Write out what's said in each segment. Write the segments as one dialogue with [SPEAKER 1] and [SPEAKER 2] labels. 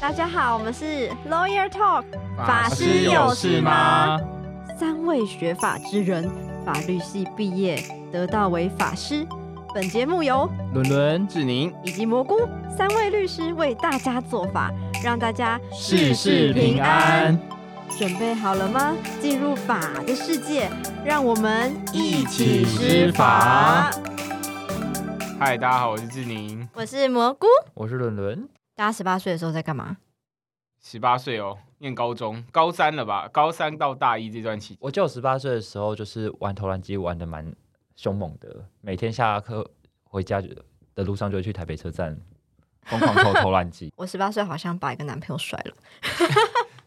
[SPEAKER 1] 大家好，我们是 Lawyer Talk
[SPEAKER 2] 法
[SPEAKER 1] 师有事吗
[SPEAKER 2] 法师有事？
[SPEAKER 1] 三位学法之人，法律系毕业，得到为法师。本节目由
[SPEAKER 2] 伦伦、志宁，
[SPEAKER 1] 以及蘑菇三位律师为大家做法，让大家
[SPEAKER 2] 事事平安。
[SPEAKER 1] 准备好了吗？进入法的世界，让我们
[SPEAKER 2] 一起施法。嗨，大家好，我是志宁，
[SPEAKER 1] 我是蘑菇。
[SPEAKER 3] 我是伦伦，
[SPEAKER 1] 大家十八岁的时候在干嘛？
[SPEAKER 2] 十八岁哦，念高中，高三了吧？高三到大一这段期间，
[SPEAKER 3] 我记得我十八岁的时候就是玩投篮机玩的蛮凶猛的，每天下课回家就的路上就会去台北车站疯狂投投篮机。
[SPEAKER 1] 我十八岁好像把一个男朋友甩了。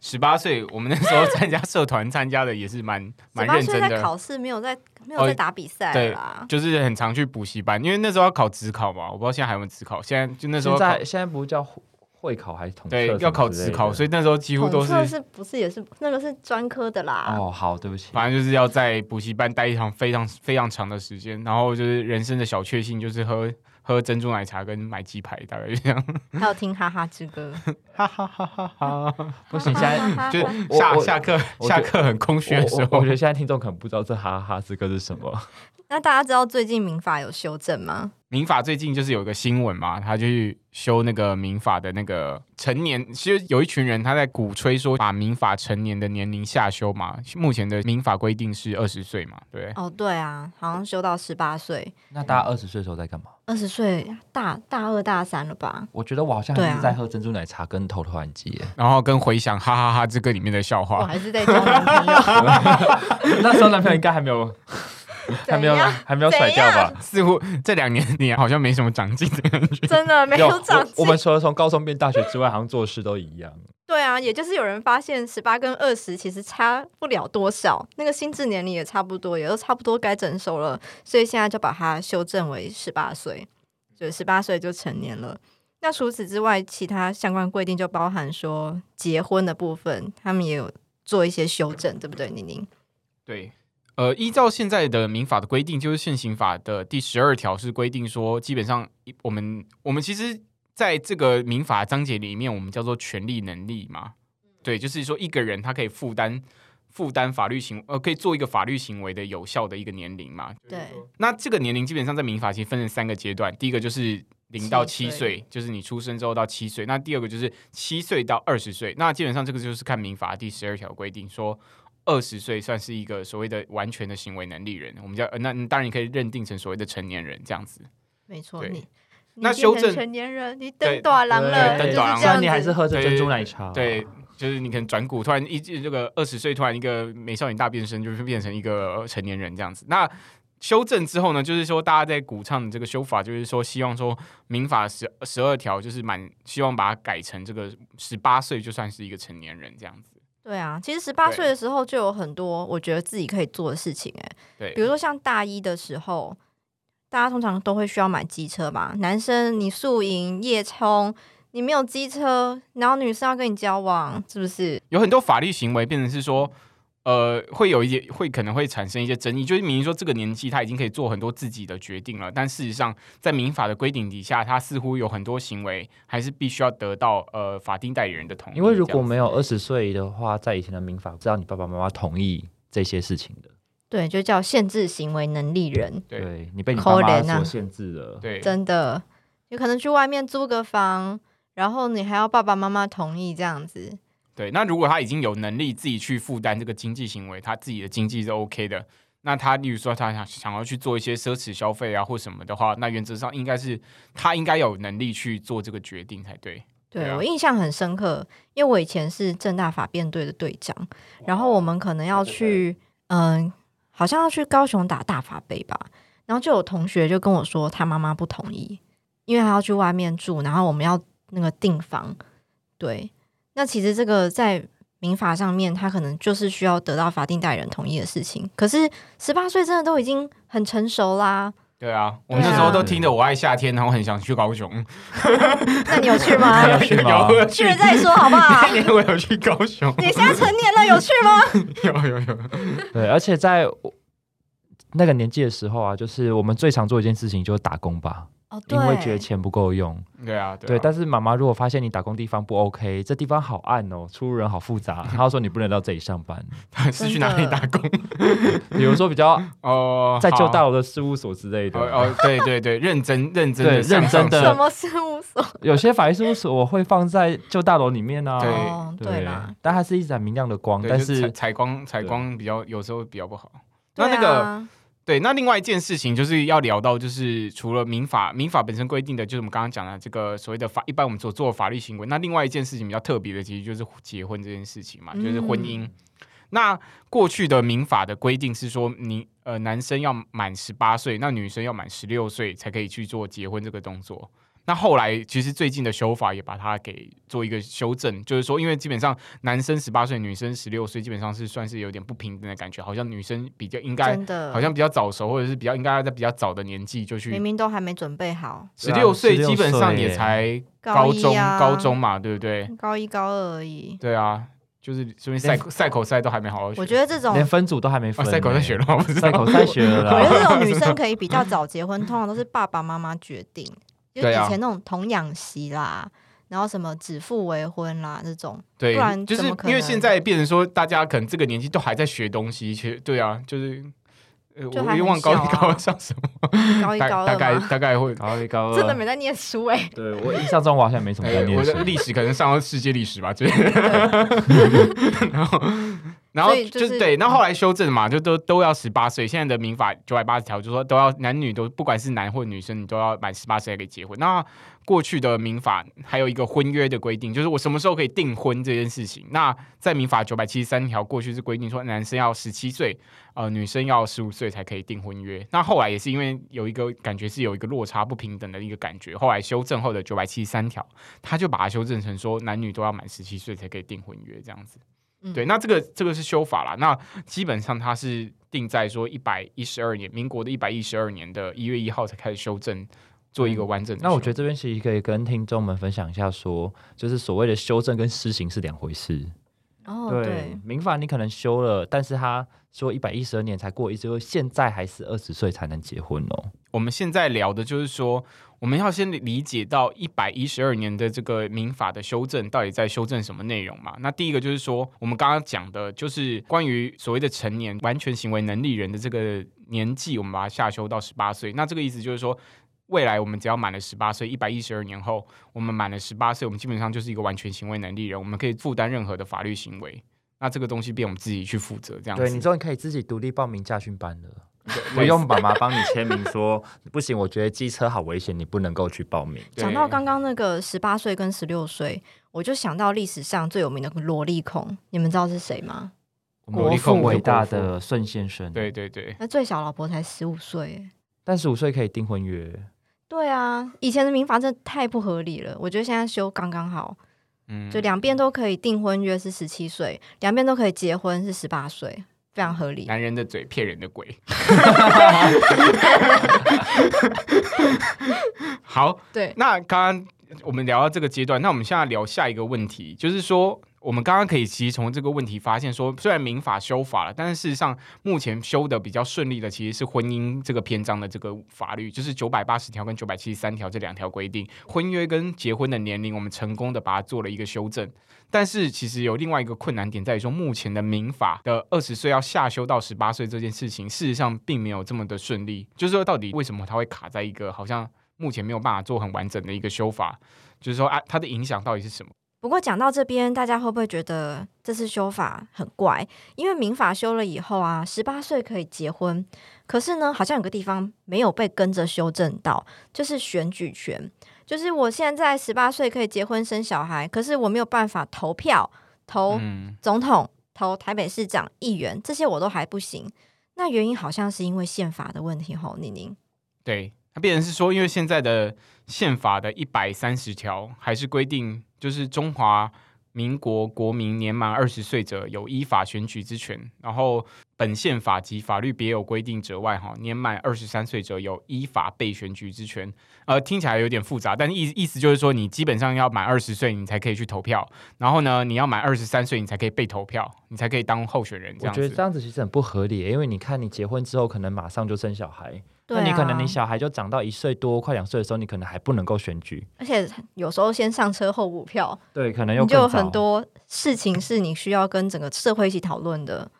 [SPEAKER 2] 十八岁，我们那时候参加社团参加的也是蛮 蛮
[SPEAKER 1] 十八
[SPEAKER 2] 认
[SPEAKER 1] 岁
[SPEAKER 2] 真
[SPEAKER 1] 在
[SPEAKER 2] 的，哦
[SPEAKER 1] 考试，没有在没有在打比赛
[SPEAKER 2] 对
[SPEAKER 1] 啦。
[SPEAKER 2] 就是很常去补习班，因为那时候要考职考嘛，我不知道现在还有没有职考，现在 就那时候
[SPEAKER 3] 现
[SPEAKER 2] 考
[SPEAKER 3] 在现在不是叫会会考还是统测
[SPEAKER 2] 对
[SPEAKER 3] 什么
[SPEAKER 2] 要考
[SPEAKER 3] 之
[SPEAKER 2] 职
[SPEAKER 3] 类的
[SPEAKER 2] 考，所以那时候几乎都
[SPEAKER 1] 统
[SPEAKER 2] 是
[SPEAKER 1] 测是不是也是那个是专科的啦？
[SPEAKER 3] 哦好，对不起，
[SPEAKER 2] 反正就是要在补习班待一场非常非常长的时间，然后就是人生的小确幸就是喝喝珍珠奶茶跟买鸡排，大概就这样。
[SPEAKER 1] 还有听哈哈之歌，
[SPEAKER 2] 哈哈哈哈哈！
[SPEAKER 3] 不行，现在
[SPEAKER 2] 就是
[SPEAKER 3] 我
[SPEAKER 2] 下
[SPEAKER 3] 我
[SPEAKER 2] 下课
[SPEAKER 3] 我
[SPEAKER 2] 下课很空虚的时
[SPEAKER 3] 我我我
[SPEAKER 2] 候
[SPEAKER 3] 觉，得现在听众可能不知道这哈哈之歌是什 么。
[SPEAKER 1] 那大家知道最近民法有修正吗？
[SPEAKER 2] 民法最近就是有一个新闻嘛，他就去修那个民法的那个成年，其实有一群人他在鼓吹说把民法成年的年龄下修嘛，目前的民法规定是二十岁嘛，对不对。
[SPEAKER 1] 哦，对啊，好像修到十八岁，
[SPEAKER 3] 那大家二十岁的时候在干嘛？
[SPEAKER 1] 二十岁大大二大三了吧？
[SPEAKER 3] 我觉得我好像
[SPEAKER 1] 对啊
[SPEAKER 3] 还是在喝珍珠奶茶跟投投篮机 耶。
[SPEAKER 2] 然后跟回想哈哈哈这个里面的笑
[SPEAKER 1] 我
[SPEAKER 2] 话，
[SPEAKER 1] 还是在交男朋友，
[SPEAKER 3] 那时候男朋友应该还没有 还没有
[SPEAKER 1] 怎样
[SPEAKER 3] 还没有甩掉吧？
[SPEAKER 2] 似乎这两年你好像没什么长进的感觉。
[SPEAKER 1] 真的没有长
[SPEAKER 3] 我我
[SPEAKER 1] 进。
[SPEAKER 3] 们除了从高中变大学之外，好像做事都一样。
[SPEAKER 1] 对啊，也就是有人发现十八跟二十其实差不了多少，那个心智年龄也差不多，也都差不多该整熟了，所以现在就把它修正为十八岁，就十八岁就成年了。那除此之外，其他相关规定就包含说结婚的部分，他们也有做一些修正，对不对？宁宁，
[SPEAKER 2] 对，呃，依照现在的民法的规定，就是现行法的第十二条是规定说，基本上一我们我们其实在这个民法章节里面，我们叫做权利能力嘛，对，就是说一个人他可以负担。负担法律行呃，可以做一个法律行为的有效的一个年龄嘛？
[SPEAKER 1] 对，
[SPEAKER 2] 那这个年龄基本上在民法其实分成三个阶段，第一个就是零到
[SPEAKER 1] 七
[SPEAKER 2] 七
[SPEAKER 1] 岁
[SPEAKER 2] 岁，就是你出生之后到七岁；那第二个就是七岁到二十岁。那基本上这个就是看民法第十二条规定说。二十岁算是一个所谓的完全的行为能力人，我们叫、呃、那那当然你可以认定成所谓的成年人这样子。
[SPEAKER 1] 没错，
[SPEAKER 2] 对
[SPEAKER 1] 你你
[SPEAKER 2] 那
[SPEAKER 1] 变
[SPEAKER 2] 修
[SPEAKER 1] 成
[SPEAKER 2] 正
[SPEAKER 1] 成年人，你
[SPEAKER 2] 对
[SPEAKER 1] 等短郎了，
[SPEAKER 2] 对
[SPEAKER 1] 就是这
[SPEAKER 2] 等
[SPEAKER 1] 样
[SPEAKER 2] 短郎
[SPEAKER 1] 子。
[SPEAKER 3] 虽然你还是喝着珍珠奶茶，
[SPEAKER 2] 对，就是你可能转股，突然一这个二十岁，突然一个美少女大变身，就是变成一个成年人这样子。那修正之后呢，就是说大家在鼓唱的这个修法，就是说希望说民法十十二条就是满，希望把它改成这个十八岁就算是一个成年人这样子。
[SPEAKER 1] 对啊，其实十八
[SPEAKER 2] 对
[SPEAKER 1] 岁的时候就有很多我觉得自己可以做的事情、欸，比
[SPEAKER 2] 对
[SPEAKER 1] 如说像大一的时候，大家通常都会需要买机车嘛。男生你宿营、夜冲，你没有机车，然后女生要跟你交往，是不是？
[SPEAKER 2] 有很多法律行为变成是说。呃，会有一些会可能会产生一些争议，就是明明说这个年纪他已经可以做很多自己的决定了，但事实上在民法的规定底下，他似乎有很多行为还是必须要得到呃法定代理人的同意。
[SPEAKER 3] 因为如
[SPEAKER 2] 这样
[SPEAKER 3] 果
[SPEAKER 2] 子
[SPEAKER 3] 没有二十岁的话，在以前的民法知道你爸爸妈妈同意这些事情的，
[SPEAKER 1] 对，就叫限制行为能力人，
[SPEAKER 2] 对
[SPEAKER 3] 你被你爸
[SPEAKER 1] 可
[SPEAKER 3] 妈
[SPEAKER 1] 怜啊
[SPEAKER 3] 所限制了。
[SPEAKER 2] 对，
[SPEAKER 1] 真的，有可能去外面租个房，然后你还要爸爸妈妈同意这样子。
[SPEAKER 2] 对，那如果他已经有能力自己去负担这个经济行为，他自己的经济是 OK 的，那他例如说他想想要去做一些奢侈消费啊或什么的话，那原则上应该是他应该有能力去做这个决定才对。
[SPEAKER 1] 对
[SPEAKER 2] 对啊
[SPEAKER 1] 我印象很深刻，因为我以前是正大法辩队的队长，然后我们可能要去，嗯、好像要去高雄打大法杯吧，然后就有同学就跟我说他妈妈不同意，因为他要去外面住，然后我们要那个订房，对，那其实这个在。民法上面，他可能就是需要得到法定代理人同意的事情。可是十八岁真的都已经很成熟啦，
[SPEAKER 2] 对啊，我
[SPEAKER 1] 对
[SPEAKER 2] 们
[SPEAKER 1] 啊
[SPEAKER 2] 那时候都听着《我爱夏天》，然后很想去高雄，
[SPEAKER 1] 那你有去吗
[SPEAKER 3] 你？有去 吗
[SPEAKER 2] 有有
[SPEAKER 1] 去
[SPEAKER 2] 去
[SPEAKER 1] 了再说好不好
[SPEAKER 2] 那？年我 有去高雄，
[SPEAKER 1] 你现在成年了，有去吗？
[SPEAKER 2] 有有有，
[SPEAKER 3] 对，而且在我那个年纪的时候啊，就是我们最常做一件事情就是打工吧。
[SPEAKER 1] 哦，对，
[SPEAKER 3] 因为觉得钱不够用。
[SPEAKER 2] 对啊，对
[SPEAKER 3] 对，
[SPEAKER 2] 啊
[SPEAKER 3] 但是妈妈如果发现你打工地方不 OK，这地方好暗哦，出入人好 复杂，她就说你不能到这里上班。
[SPEAKER 2] 但是去哪里打工？
[SPEAKER 3] 比如说比较
[SPEAKER 2] 哦，
[SPEAKER 3] 在旧
[SPEAKER 2] 好
[SPEAKER 3] 大楼的事务所之类
[SPEAKER 2] 哦
[SPEAKER 3] 的，
[SPEAKER 2] 哦，对对对，认真认真
[SPEAKER 3] 对
[SPEAKER 2] 的向
[SPEAKER 3] 认真的
[SPEAKER 2] 上
[SPEAKER 1] 什么事务所？
[SPEAKER 3] 有些法律事务所会放在旧大楼里面啊。
[SPEAKER 2] 对
[SPEAKER 1] 哦，对啦，
[SPEAKER 3] 但它是一盏明亮的光，
[SPEAKER 2] 对
[SPEAKER 3] 但
[SPEAKER 2] 就是采
[SPEAKER 3] 是
[SPEAKER 2] 采光采
[SPEAKER 3] 对
[SPEAKER 2] 光比较有时候比较不好。那
[SPEAKER 1] 对
[SPEAKER 2] 那个、
[SPEAKER 1] 啊
[SPEAKER 2] 对，那另外一件事情就是要聊到，就是除了民法，民法本身规定的就是我们刚刚讲的这个所谓的法，一般我们所做的法律行为。那另外一件事情比较特别的，其实就是结婚这件事情嘛，就是婚姻。那过去的民法的规定是说你，呃男生要满十八岁，那女生要满十六岁才可以去做结婚这个动作。那后来其实最近的修法也把它给做一个修正，就是说，因为基本上男生十八岁，女生十六岁，基本上是算是有点不平等的感觉，好像女生比较应该
[SPEAKER 1] 真的
[SPEAKER 2] 好像比较早熟，或者是比较应该在比较早的年纪就
[SPEAKER 1] 明
[SPEAKER 2] 去。
[SPEAKER 1] 明都嗯还没准备好，
[SPEAKER 2] 十六岁
[SPEAKER 3] 对啊
[SPEAKER 2] 基本上
[SPEAKER 3] 16
[SPEAKER 2] 也
[SPEAKER 3] 岁
[SPEAKER 2] 才高
[SPEAKER 1] 一
[SPEAKER 2] 中，
[SPEAKER 1] 啊，
[SPEAKER 2] 高中嘛，对不对？
[SPEAKER 1] 高一高二而已。
[SPEAKER 2] 对啊，就是说明赛赛口赛都还没好好学。
[SPEAKER 1] 我觉得这种
[SPEAKER 3] 连分组都还没
[SPEAKER 2] 啊，
[SPEAKER 3] 分呢。欸
[SPEAKER 2] 赛口赛学了吗？不知
[SPEAKER 3] 哦赛
[SPEAKER 2] 道。
[SPEAKER 3] 口赛学了
[SPEAKER 1] 我觉
[SPEAKER 3] 啦。
[SPEAKER 1] 得这种女 生可以比较早结婚，通常都是爸爸妈妈决定，就
[SPEAKER 2] 对啊
[SPEAKER 1] 以前那种童养媳啦，然后什么指腹为婚啦这 种，
[SPEAKER 2] 对
[SPEAKER 1] 不然，
[SPEAKER 2] 就是
[SPEAKER 1] 怎么可
[SPEAKER 2] 因为
[SPEAKER 1] 能
[SPEAKER 2] 现在变成说，大家可能这个年纪都还在学东西，其实对啊，就是。呃，
[SPEAKER 1] 就
[SPEAKER 2] 我
[SPEAKER 1] 还
[SPEAKER 2] 也
[SPEAKER 1] 很
[SPEAKER 2] 忘高一
[SPEAKER 1] 小啊
[SPEAKER 2] 高二上什么，
[SPEAKER 1] 高一
[SPEAKER 2] 大
[SPEAKER 1] 高
[SPEAKER 2] 大
[SPEAKER 1] 二
[SPEAKER 2] 概呃
[SPEAKER 1] 嘛，
[SPEAKER 2] 大概会，
[SPEAKER 3] 高一高二，
[SPEAKER 1] 真的没在念书 哎、
[SPEAKER 3] 对我印象哎中我好像没什么在
[SPEAKER 2] 呃
[SPEAKER 3] 念
[SPEAKER 2] 我
[SPEAKER 3] 书。
[SPEAKER 2] 的历史可能上到世界历史吧，这 然后然后
[SPEAKER 1] 所以
[SPEAKER 2] 就、
[SPEAKER 1] 就是是
[SPEAKER 2] 对，然后后来修正嘛，就都都要十八岁。现在的民法九百八十条就说都要男女都不管是男或女生，你都要满十八岁才可以结婚。那过去的民法还有一个婚约的规定，就是我什么时候可以订婚这件事情。那在民法九百七十三条过去是规定说，男生要十七岁，呃，女生要十五岁才可以订婚约。那后来也是因为有一个感觉是有一个落差不平等的一个感觉，后来修正后的九百七十三条，他就把它修正成说男女都要满十七岁才可以订婚约这样子。
[SPEAKER 1] 嗯
[SPEAKER 2] 对，那这个这个是修法啦。那基本上它是定在说一百一十二年，民国的一百一十二年的一月一号才开始修正，做一个完整的修。
[SPEAKER 3] 嗯那我觉得这边其实可以跟听众们分享一下说就是所谓的修正跟施行是两回事。
[SPEAKER 1] 哦，对，
[SPEAKER 3] 民法你可能修了，但是他说一百一十二年才过一周，现在还是二十岁才能结婚哦。
[SPEAKER 2] 我们现在聊的就是说，我们要先理解到一百一十二年的这个民法的修正到底在修正什么内容嘛？那第一个就是说，我们刚刚讲的就是关于所谓的成年完全行为能力人的这个年纪，我们把它下修到十八岁。那这个意思就是说。未来我们只要满了十八岁，一百一十二年后，我们满了十八岁，我们基本上就是一个完全行为能力人，我们可以负担任何的法律行为。那这个东西变我们自己去负责，这样子。
[SPEAKER 3] 对，你终于可以自己独立报名驾训班了，
[SPEAKER 2] 对
[SPEAKER 3] 不用爸妈帮你签名说 不行，我觉得机车好危险，你不能够去报名。
[SPEAKER 2] 对
[SPEAKER 1] 讲到刚刚那个十八岁跟十六岁，我就想到历史上最有名的萝莉控，你们知道是谁吗？国
[SPEAKER 3] 力
[SPEAKER 1] 父
[SPEAKER 3] 控伟大的顺先生，
[SPEAKER 2] 对，对对，
[SPEAKER 1] 那最小老婆才十五岁耶，
[SPEAKER 3] 但十五岁可以订婚约，
[SPEAKER 1] 对啊，以前的民法真的太不合理了，我觉得现在修刚刚好，
[SPEAKER 2] 嗯，
[SPEAKER 1] 就两边都可以订婚约是十七岁，两边都可以结婚是十八岁，非常合理。
[SPEAKER 2] 男人的嘴骗人的鬼。 好，
[SPEAKER 1] 对，
[SPEAKER 2] 那刚刚我们聊到这个阶段，那我们现在聊下一个问题，就是说。我们刚刚可以其实从这个问题发现说虽然民法修法了，但是事实上目前修的比较顺利的其实是婚姻这个篇章的这个法律，就是九百八十条跟九百七十三条这两条规定，婚约跟结婚的年龄，我们成功的把它做了一个修正。但是其实有另外一个困难点在于说，目前的民法的二十岁要下修到十八岁这件事情，事实上并没有这么的顺利。就是说，到底为什么它会卡在一个好像目前没有办法做很完整的一个修法？就是说啊，它的影响到底是什么？
[SPEAKER 1] 不过讲到这边，大家会不会觉得这次修法很怪？因为民法修了以后啊，十八岁可以结婚，可是呢，好像有个地方没有被跟着修正到，就是选举权。就是我现在十八岁可以结婚生小孩，可是我没有办法投票投
[SPEAKER 2] 嗯，
[SPEAKER 1] 总统、投台北市长、议员，这些我都还不行。那原因好像是因为宪法的问题吼，宁宁。
[SPEAKER 2] 对，它变成是说，因为现在的宪法的一百三十条还是规定，就是中华民国国民年满二十岁者有依法选举之权，然后本宪法及法律别有规定者外，哈，年满二十三岁者有依法被选举之权。呃，听起来有点复杂，但意意思就是说，你基本上要满二十岁，你才可以去投票，然后呢，你要满二十三岁，你才可以被投票，你才可以当候选人这
[SPEAKER 3] 我
[SPEAKER 2] 样
[SPEAKER 3] 觉得这
[SPEAKER 2] 子。
[SPEAKER 3] 样子其实很不合理耶，因为你看你结婚之后可能马上就生小孩，
[SPEAKER 1] 对、啊，
[SPEAKER 3] 那你可能你小孩就长到一岁多、快两岁的时候，你可能还不能够选举。
[SPEAKER 1] 而且有时候先上车后补票，
[SPEAKER 3] 对，可能又
[SPEAKER 1] 你就有
[SPEAKER 3] 更早
[SPEAKER 1] 很。多事情是你需要跟整个社会一起讨论的。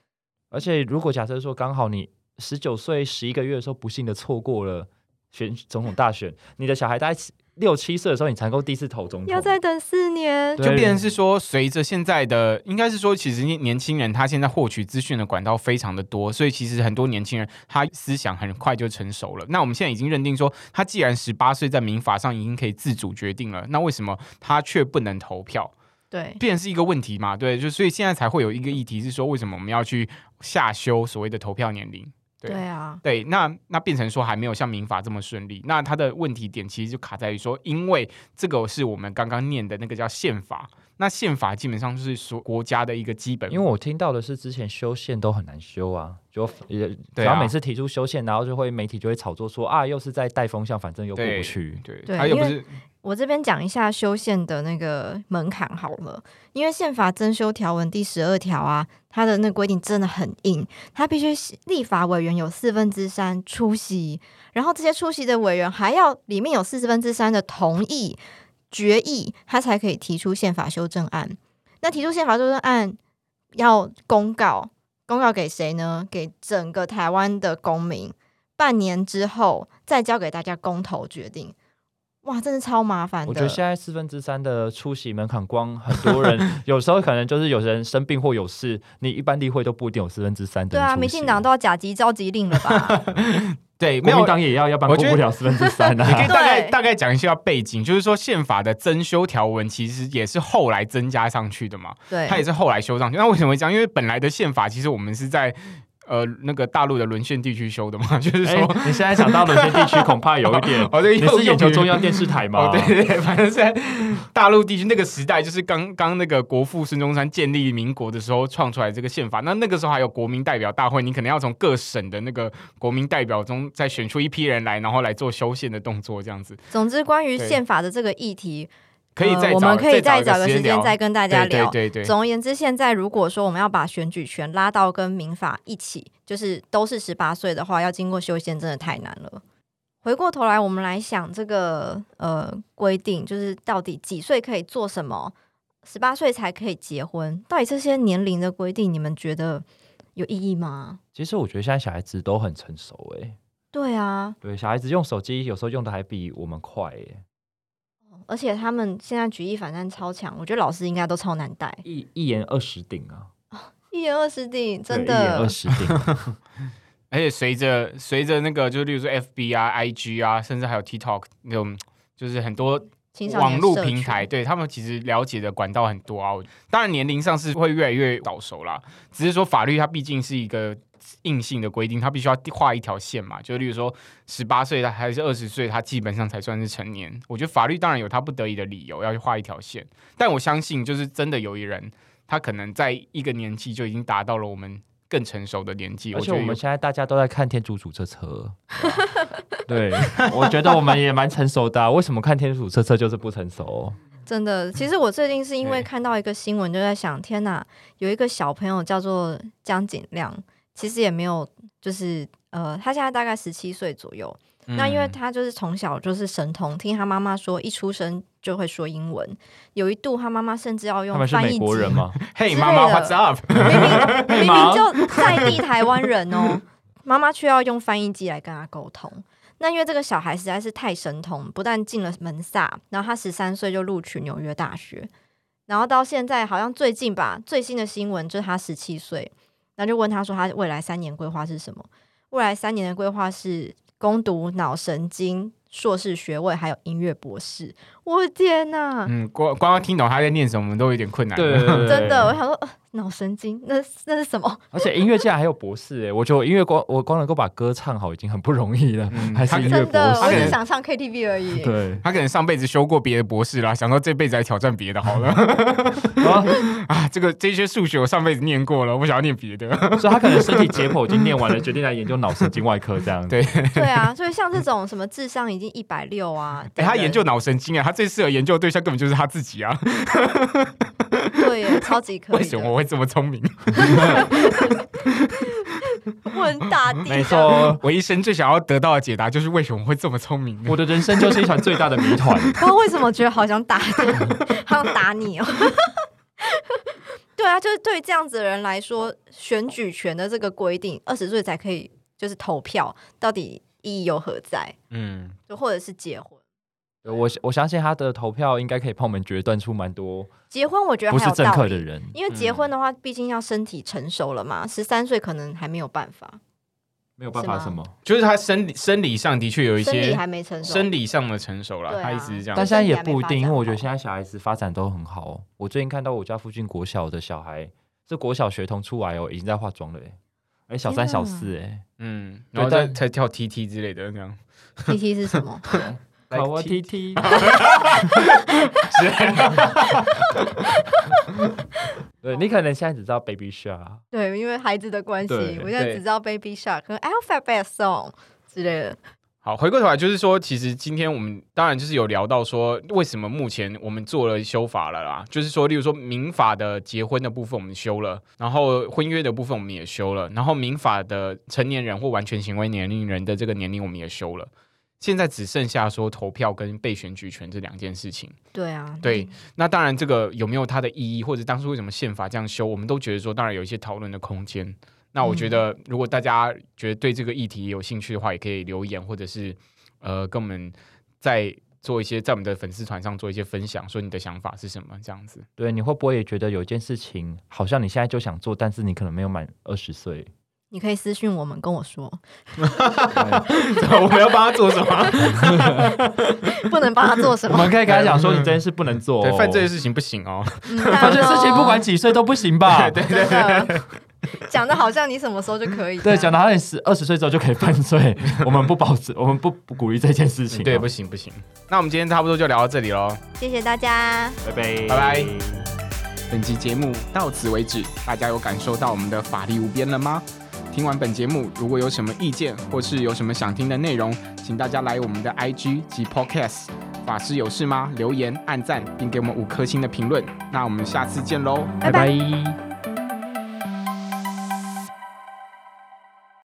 [SPEAKER 3] 而且如果假设说刚好你十九岁十一个月的时候不幸的错过了选总统大选，你的小孩大概六七岁的时候，你才能够第一次投总统。
[SPEAKER 1] 要再等四年，
[SPEAKER 3] 对
[SPEAKER 2] 就变成是说，随着现在的，应该是说，其实年年轻人他现在获取资讯的管道非常的多，所以其实很多年轻人他思想很快就成熟了。那我们现在已经认定说，他既然十八岁在民法上已经可以自主决定了，那为什么他却不能投票？
[SPEAKER 1] 对，
[SPEAKER 2] 变成是一个问题嘛？对，就所以现在才会有一个议题是说，为什么我们要去下修所谓的投票年龄？对
[SPEAKER 1] 对啊，
[SPEAKER 2] 对，那那变成说还没有像民法这么顺利。那它的问题点其实就卡在于说，因为这个是我们刚刚念的那个叫宪法，那宪法基本上就是说国家的一个基本，
[SPEAKER 3] 因为我听到的是之前修宪都很难修啊，就也
[SPEAKER 2] 对啊
[SPEAKER 3] 然后每次提出修宪，然后就会媒体就会炒作说啊，又是在带风向，反正又过不
[SPEAKER 2] 对
[SPEAKER 3] 去。
[SPEAKER 2] 对，
[SPEAKER 1] 对
[SPEAKER 2] 它又不
[SPEAKER 1] 因为
[SPEAKER 2] 是
[SPEAKER 1] 我这边讲一下修宪的那个门槛好了，因为宪法增修条文第十二条啊，它的那规定真的很硬，它必须立法委员有四分之三出席，然后这些出席的委员还要里面有四分之三的同意决议，他才可以提出宪法修正案。那提出宪法修正案要公告，公告给谁呢？给整个台湾的公民，半年之后再交给大家公投决定。哇，真的超麻烦的。
[SPEAKER 3] 我觉得现在四分之三的出席门槛光，很多 人有时候可能就是有人生病或有事，你一般例会都不一定有四分之三的
[SPEAKER 1] 对
[SPEAKER 3] 人
[SPEAKER 1] 啊，
[SPEAKER 3] 出
[SPEAKER 1] 民
[SPEAKER 3] 席
[SPEAKER 1] 进党都要甲级召集令了吧？
[SPEAKER 2] 对，没
[SPEAKER 3] 国
[SPEAKER 2] 有
[SPEAKER 3] 民。党也要，要不
[SPEAKER 2] 我
[SPEAKER 3] 然
[SPEAKER 2] 觉
[SPEAKER 3] 过
[SPEAKER 2] 得
[SPEAKER 3] 不了四分之 三
[SPEAKER 2] 你可以
[SPEAKER 3] 啊。
[SPEAKER 2] 大概
[SPEAKER 1] 对
[SPEAKER 2] 大概讲一下背景，就是说宪法的增修条文其实也是后来增加上去的嘛。
[SPEAKER 1] 对，
[SPEAKER 2] 它也是后来修上去。那为什么会这样？因为本来的宪法其实我们是在呃那个大陆的沦陷地区修的嘛，就是
[SPEAKER 3] 哎
[SPEAKER 2] 说，。
[SPEAKER 3] 你现在想到的一些地区，恐怕有一点
[SPEAKER 2] 哦，对，
[SPEAKER 3] 你
[SPEAKER 2] 又
[SPEAKER 3] 是眼球中。
[SPEAKER 2] 又
[SPEAKER 3] 央电视台
[SPEAKER 2] 哦
[SPEAKER 3] 吗？，
[SPEAKER 2] 对对对，反正是在大陆地区那个时代，就是刚刚那个国父孙中山建立民国的时候创出来这个宪法。那那个时候还有国民代表大会，你可能要从各省的那个国民代表中再选出一批人来，然后来做修宪的动作，这样子
[SPEAKER 1] 总之关于
[SPEAKER 2] 对
[SPEAKER 1] 宪法的这个议题，
[SPEAKER 2] 可以
[SPEAKER 1] 呃
[SPEAKER 2] 再找
[SPEAKER 1] 我们可以
[SPEAKER 2] 再
[SPEAKER 1] 再找
[SPEAKER 2] 一
[SPEAKER 1] 个时间
[SPEAKER 2] 聊
[SPEAKER 1] 再跟大家
[SPEAKER 2] 对
[SPEAKER 1] 聊。
[SPEAKER 2] 对对对，
[SPEAKER 1] 总而言之，现在如果说我们要把选举权拉到跟民法一起，就是都是十八岁的话，要经过修宪真的太难了。回过头来，我们来想这个呃规定，就是到底几岁可以做什么，十八岁才可以结婚，到底这些年龄的规定，你们觉得有意义吗？
[SPEAKER 3] 其实我觉得现在小孩子都很成熟哎、
[SPEAKER 1] 对啊，
[SPEAKER 3] 对，小孩子用手机有时候用的还比我们快哎、
[SPEAKER 1] 而且他们现在举一反三超强，我觉得老师应该都超难带，
[SPEAKER 3] 一一言二十顶啊，
[SPEAKER 1] 一言二十定，真
[SPEAKER 3] 对一言
[SPEAKER 1] 的
[SPEAKER 3] 二。十 顶。
[SPEAKER 2] 而且随着随着那个，就例如说 FB 啊、IG 啊，甚至还有 TikTok 那种，就是很多
[SPEAKER 1] 青少年
[SPEAKER 2] 网络
[SPEAKER 1] 社
[SPEAKER 2] 平
[SPEAKER 1] 群
[SPEAKER 2] 台，对他们其实了解的管道很多啊。我当然年龄上是会越来越早熟啦，只是说法律它毕竟是一个硬性的规定，它必须要画一条线嘛。就例如说十八岁，他还是二十岁，他基本上才算是成年。我觉得法律当然有他不得已的理由要去画一条线，但我相信就是真的有一人，他可能在一个年纪就已经达到了我们更成熟的年纪。
[SPEAKER 3] 而且
[SPEAKER 2] 觉得
[SPEAKER 3] 我
[SPEAKER 2] 有
[SPEAKER 3] 们现在大家都在看天竺主车车， 对，我觉得我们也蛮成熟的啊、为什么看天竺主车车就是不成熟？
[SPEAKER 1] 真的，其实我最近是因为
[SPEAKER 2] 对
[SPEAKER 1] 看到一个新闻，就在想，天哪，有一个小朋友叫做江景亮，其实也没有，就是呃，他现在大概十七岁左右，那因为
[SPEAKER 2] 嗯
[SPEAKER 1] 他就是从小就是神童，听他妈妈说，一出生就会说英文，有一度他妈妈甚至要
[SPEAKER 3] 他
[SPEAKER 1] 用
[SPEAKER 3] 们是
[SPEAKER 1] 翻
[SPEAKER 3] 美
[SPEAKER 1] 译
[SPEAKER 3] 国
[SPEAKER 1] 机
[SPEAKER 3] 人吗？
[SPEAKER 2] Hey
[SPEAKER 1] 之类
[SPEAKER 2] 妈妈
[SPEAKER 1] 的
[SPEAKER 2] ，What's up？
[SPEAKER 3] 嗯
[SPEAKER 1] 明明明明
[SPEAKER 3] 忙
[SPEAKER 1] 就在地台湾人 哦，妈妈却要用翻译机来跟他沟通。那因为这个小孩实在是太神童，不但进了门萨，然后他十三岁就录取纽约大学，然后到现在好像最近吧，最新的新闻就是他十七岁，然后就问他说他未来三年规划是什么？未来三年的规划是攻读脑神经硕士学位，还有音乐博士。我的天呐！
[SPEAKER 2] 嗯，光光要听懂他在念什么，我们都有点困难。
[SPEAKER 3] 对对，对
[SPEAKER 1] 真的，我。想说，呃脑、神经那那是什么？
[SPEAKER 3] 而且音乐竟然还有博士哎，我觉得我音乐光我光能够把歌唱好已经很不容易了，
[SPEAKER 2] 嗯
[SPEAKER 3] 还
[SPEAKER 2] 他
[SPEAKER 3] 是音乐
[SPEAKER 1] 真
[SPEAKER 3] 博
[SPEAKER 1] 的，我
[SPEAKER 2] 可
[SPEAKER 1] 只
[SPEAKER 2] 能
[SPEAKER 3] 士。
[SPEAKER 1] 想唱 KTV 而已。
[SPEAKER 3] 对，
[SPEAKER 2] 他可能上辈子修过别的博士啦，想说这辈子来挑战别的好了
[SPEAKER 3] 啊，
[SPEAKER 2] 啊！这个这些数学我上辈子念过了，我不想要 念别的。
[SPEAKER 3] 所以他可能身体解剖已经念完了，决定来研究脑神经外科这样子。
[SPEAKER 2] 对
[SPEAKER 1] 对啊，所以像这种什么智商已经一百六 啊，
[SPEAKER 2] 哎、他研究脑神经啊，他最适合研究的对象根本就是他自己啊！
[SPEAKER 1] 对耶，超级可以的。
[SPEAKER 2] 为什么我会这么聪明？
[SPEAKER 1] 问大地，啊
[SPEAKER 3] 没错，
[SPEAKER 2] 我一生最想要得到的解答就是为什么会这么聪明呢？
[SPEAKER 3] 我的人生就是一团最大的谜团。
[SPEAKER 1] 不知道为什么觉得好想打你， 好想打你哦。对啊，就是对于这样子的人来说，选举权的这个规定，二十岁才可以就是投票，到底意义有何在？
[SPEAKER 2] 嗯，
[SPEAKER 1] 就或者是结婚，
[SPEAKER 3] 对我我相信他的投票应该可以帮我们决断出蛮多
[SPEAKER 1] 结婚我觉得
[SPEAKER 3] 不
[SPEAKER 1] 还
[SPEAKER 3] 是
[SPEAKER 1] 有
[SPEAKER 3] 政
[SPEAKER 1] 道
[SPEAKER 3] 客的
[SPEAKER 1] 理，
[SPEAKER 3] 人。嗯
[SPEAKER 1] 因为结婚的话，毕竟要身体成熟了嘛，十三岁可能还没有办法，
[SPEAKER 3] 没有办
[SPEAKER 1] 是
[SPEAKER 3] 法
[SPEAKER 1] 吗
[SPEAKER 3] 什么，
[SPEAKER 2] 就是他生理生理上的确有一
[SPEAKER 1] 生理
[SPEAKER 2] 些
[SPEAKER 1] 还没成熟，
[SPEAKER 2] 生理上的成熟
[SPEAKER 1] 对
[SPEAKER 2] 了，
[SPEAKER 1] 啊
[SPEAKER 2] 他一直是这
[SPEAKER 3] 但
[SPEAKER 2] 样。
[SPEAKER 3] 现在
[SPEAKER 1] 身体
[SPEAKER 3] 也
[SPEAKER 1] 还没
[SPEAKER 3] 不一
[SPEAKER 1] 发
[SPEAKER 3] 定，因
[SPEAKER 1] 展
[SPEAKER 3] 为我觉得
[SPEAKER 1] 好
[SPEAKER 3] 现在小孩子发展都很好哦。我最近看到我家附近国小的小孩，这国小学童出来哦，已经在化妆了耶，哎，小三
[SPEAKER 1] 天
[SPEAKER 3] 小
[SPEAKER 1] 哪
[SPEAKER 3] 四哎，
[SPEAKER 2] 嗯，
[SPEAKER 3] 对
[SPEAKER 2] 然后再
[SPEAKER 3] 但
[SPEAKER 2] 才跳 TT 之类的这样。
[SPEAKER 1] T T 是什么？
[SPEAKER 2] Like
[SPEAKER 1] 啊
[SPEAKER 3] 好我
[SPEAKER 2] T-
[SPEAKER 3] T T，对你可能现在只知道 Baby Shark，啊
[SPEAKER 1] 对，因为孩子的关系，
[SPEAKER 3] 对
[SPEAKER 1] 我现在
[SPEAKER 2] 对
[SPEAKER 1] 只知道 Baby Shark 跟 Alphabet Song 之类的。
[SPEAKER 2] 好，回过头来就是说，其实今天我们当然就是有聊到说，为什么目前我们做了修法了啦，就是说，例如说民法的结婚的部分我们修了，然后婚约的部分我们也修了，然后民法的成年人或完全行为年龄人的这个年龄我们也修了，现在只剩下说投票跟被选举权这两件事情。
[SPEAKER 1] 对啊，
[SPEAKER 2] 对，那当然这个有没有它的意义，或者当初为什么宪法这样修，我们都觉得说，当然有一些讨论的空间。那我觉得，如果大家觉得对这个议题有兴趣的话，也可以留言，或者是呃，跟我们再做一些在我们的粉丝团上做一些分享，说你的想法是什么这样子。
[SPEAKER 3] 对，你会不会也觉得有一件事情好像你现在就想做，但是你可能没有满二十 岁？
[SPEAKER 1] 你可以私信我们跟我说，
[SPEAKER 2] 我们要帮他做什么？
[SPEAKER 1] 不能帮他做什
[SPEAKER 3] 我
[SPEAKER 1] 么。
[SPEAKER 3] 们可以跟他讲说，你这件事不能做、哦
[SPEAKER 2] 对，犯罪的
[SPEAKER 3] 事，
[SPEAKER 2] 事情不行哦。
[SPEAKER 1] 嗯
[SPEAKER 3] 犯罪事情不管几岁都不 行吧？ 对
[SPEAKER 1] 真的讲的好像你什么时候就可以一样。
[SPEAKER 3] 对，讲到你十二十岁之后就可以犯罪，我们不保持，我们不不鼓励这件事情、哦
[SPEAKER 2] 对，不，行不哦行。那我们今天差不多就聊到这里喽。
[SPEAKER 1] 谢谢大家。
[SPEAKER 3] 拜
[SPEAKER 2] 拜
[SPEAKER 3] 拜，
[SPEAKER 2] 拜。本集节目到此为止，大家有感受到我们的法力无边了吗？听完本节目，如果有什么意见或是有什么想听的内容，请大家来我们的 IG 及 Podcast 法师有事吗？留言、按赞，并给我们五颗星的评论。那我们下次见喽！
[SPEAKER 1] 拜
[SPEAKER 3] 拜拜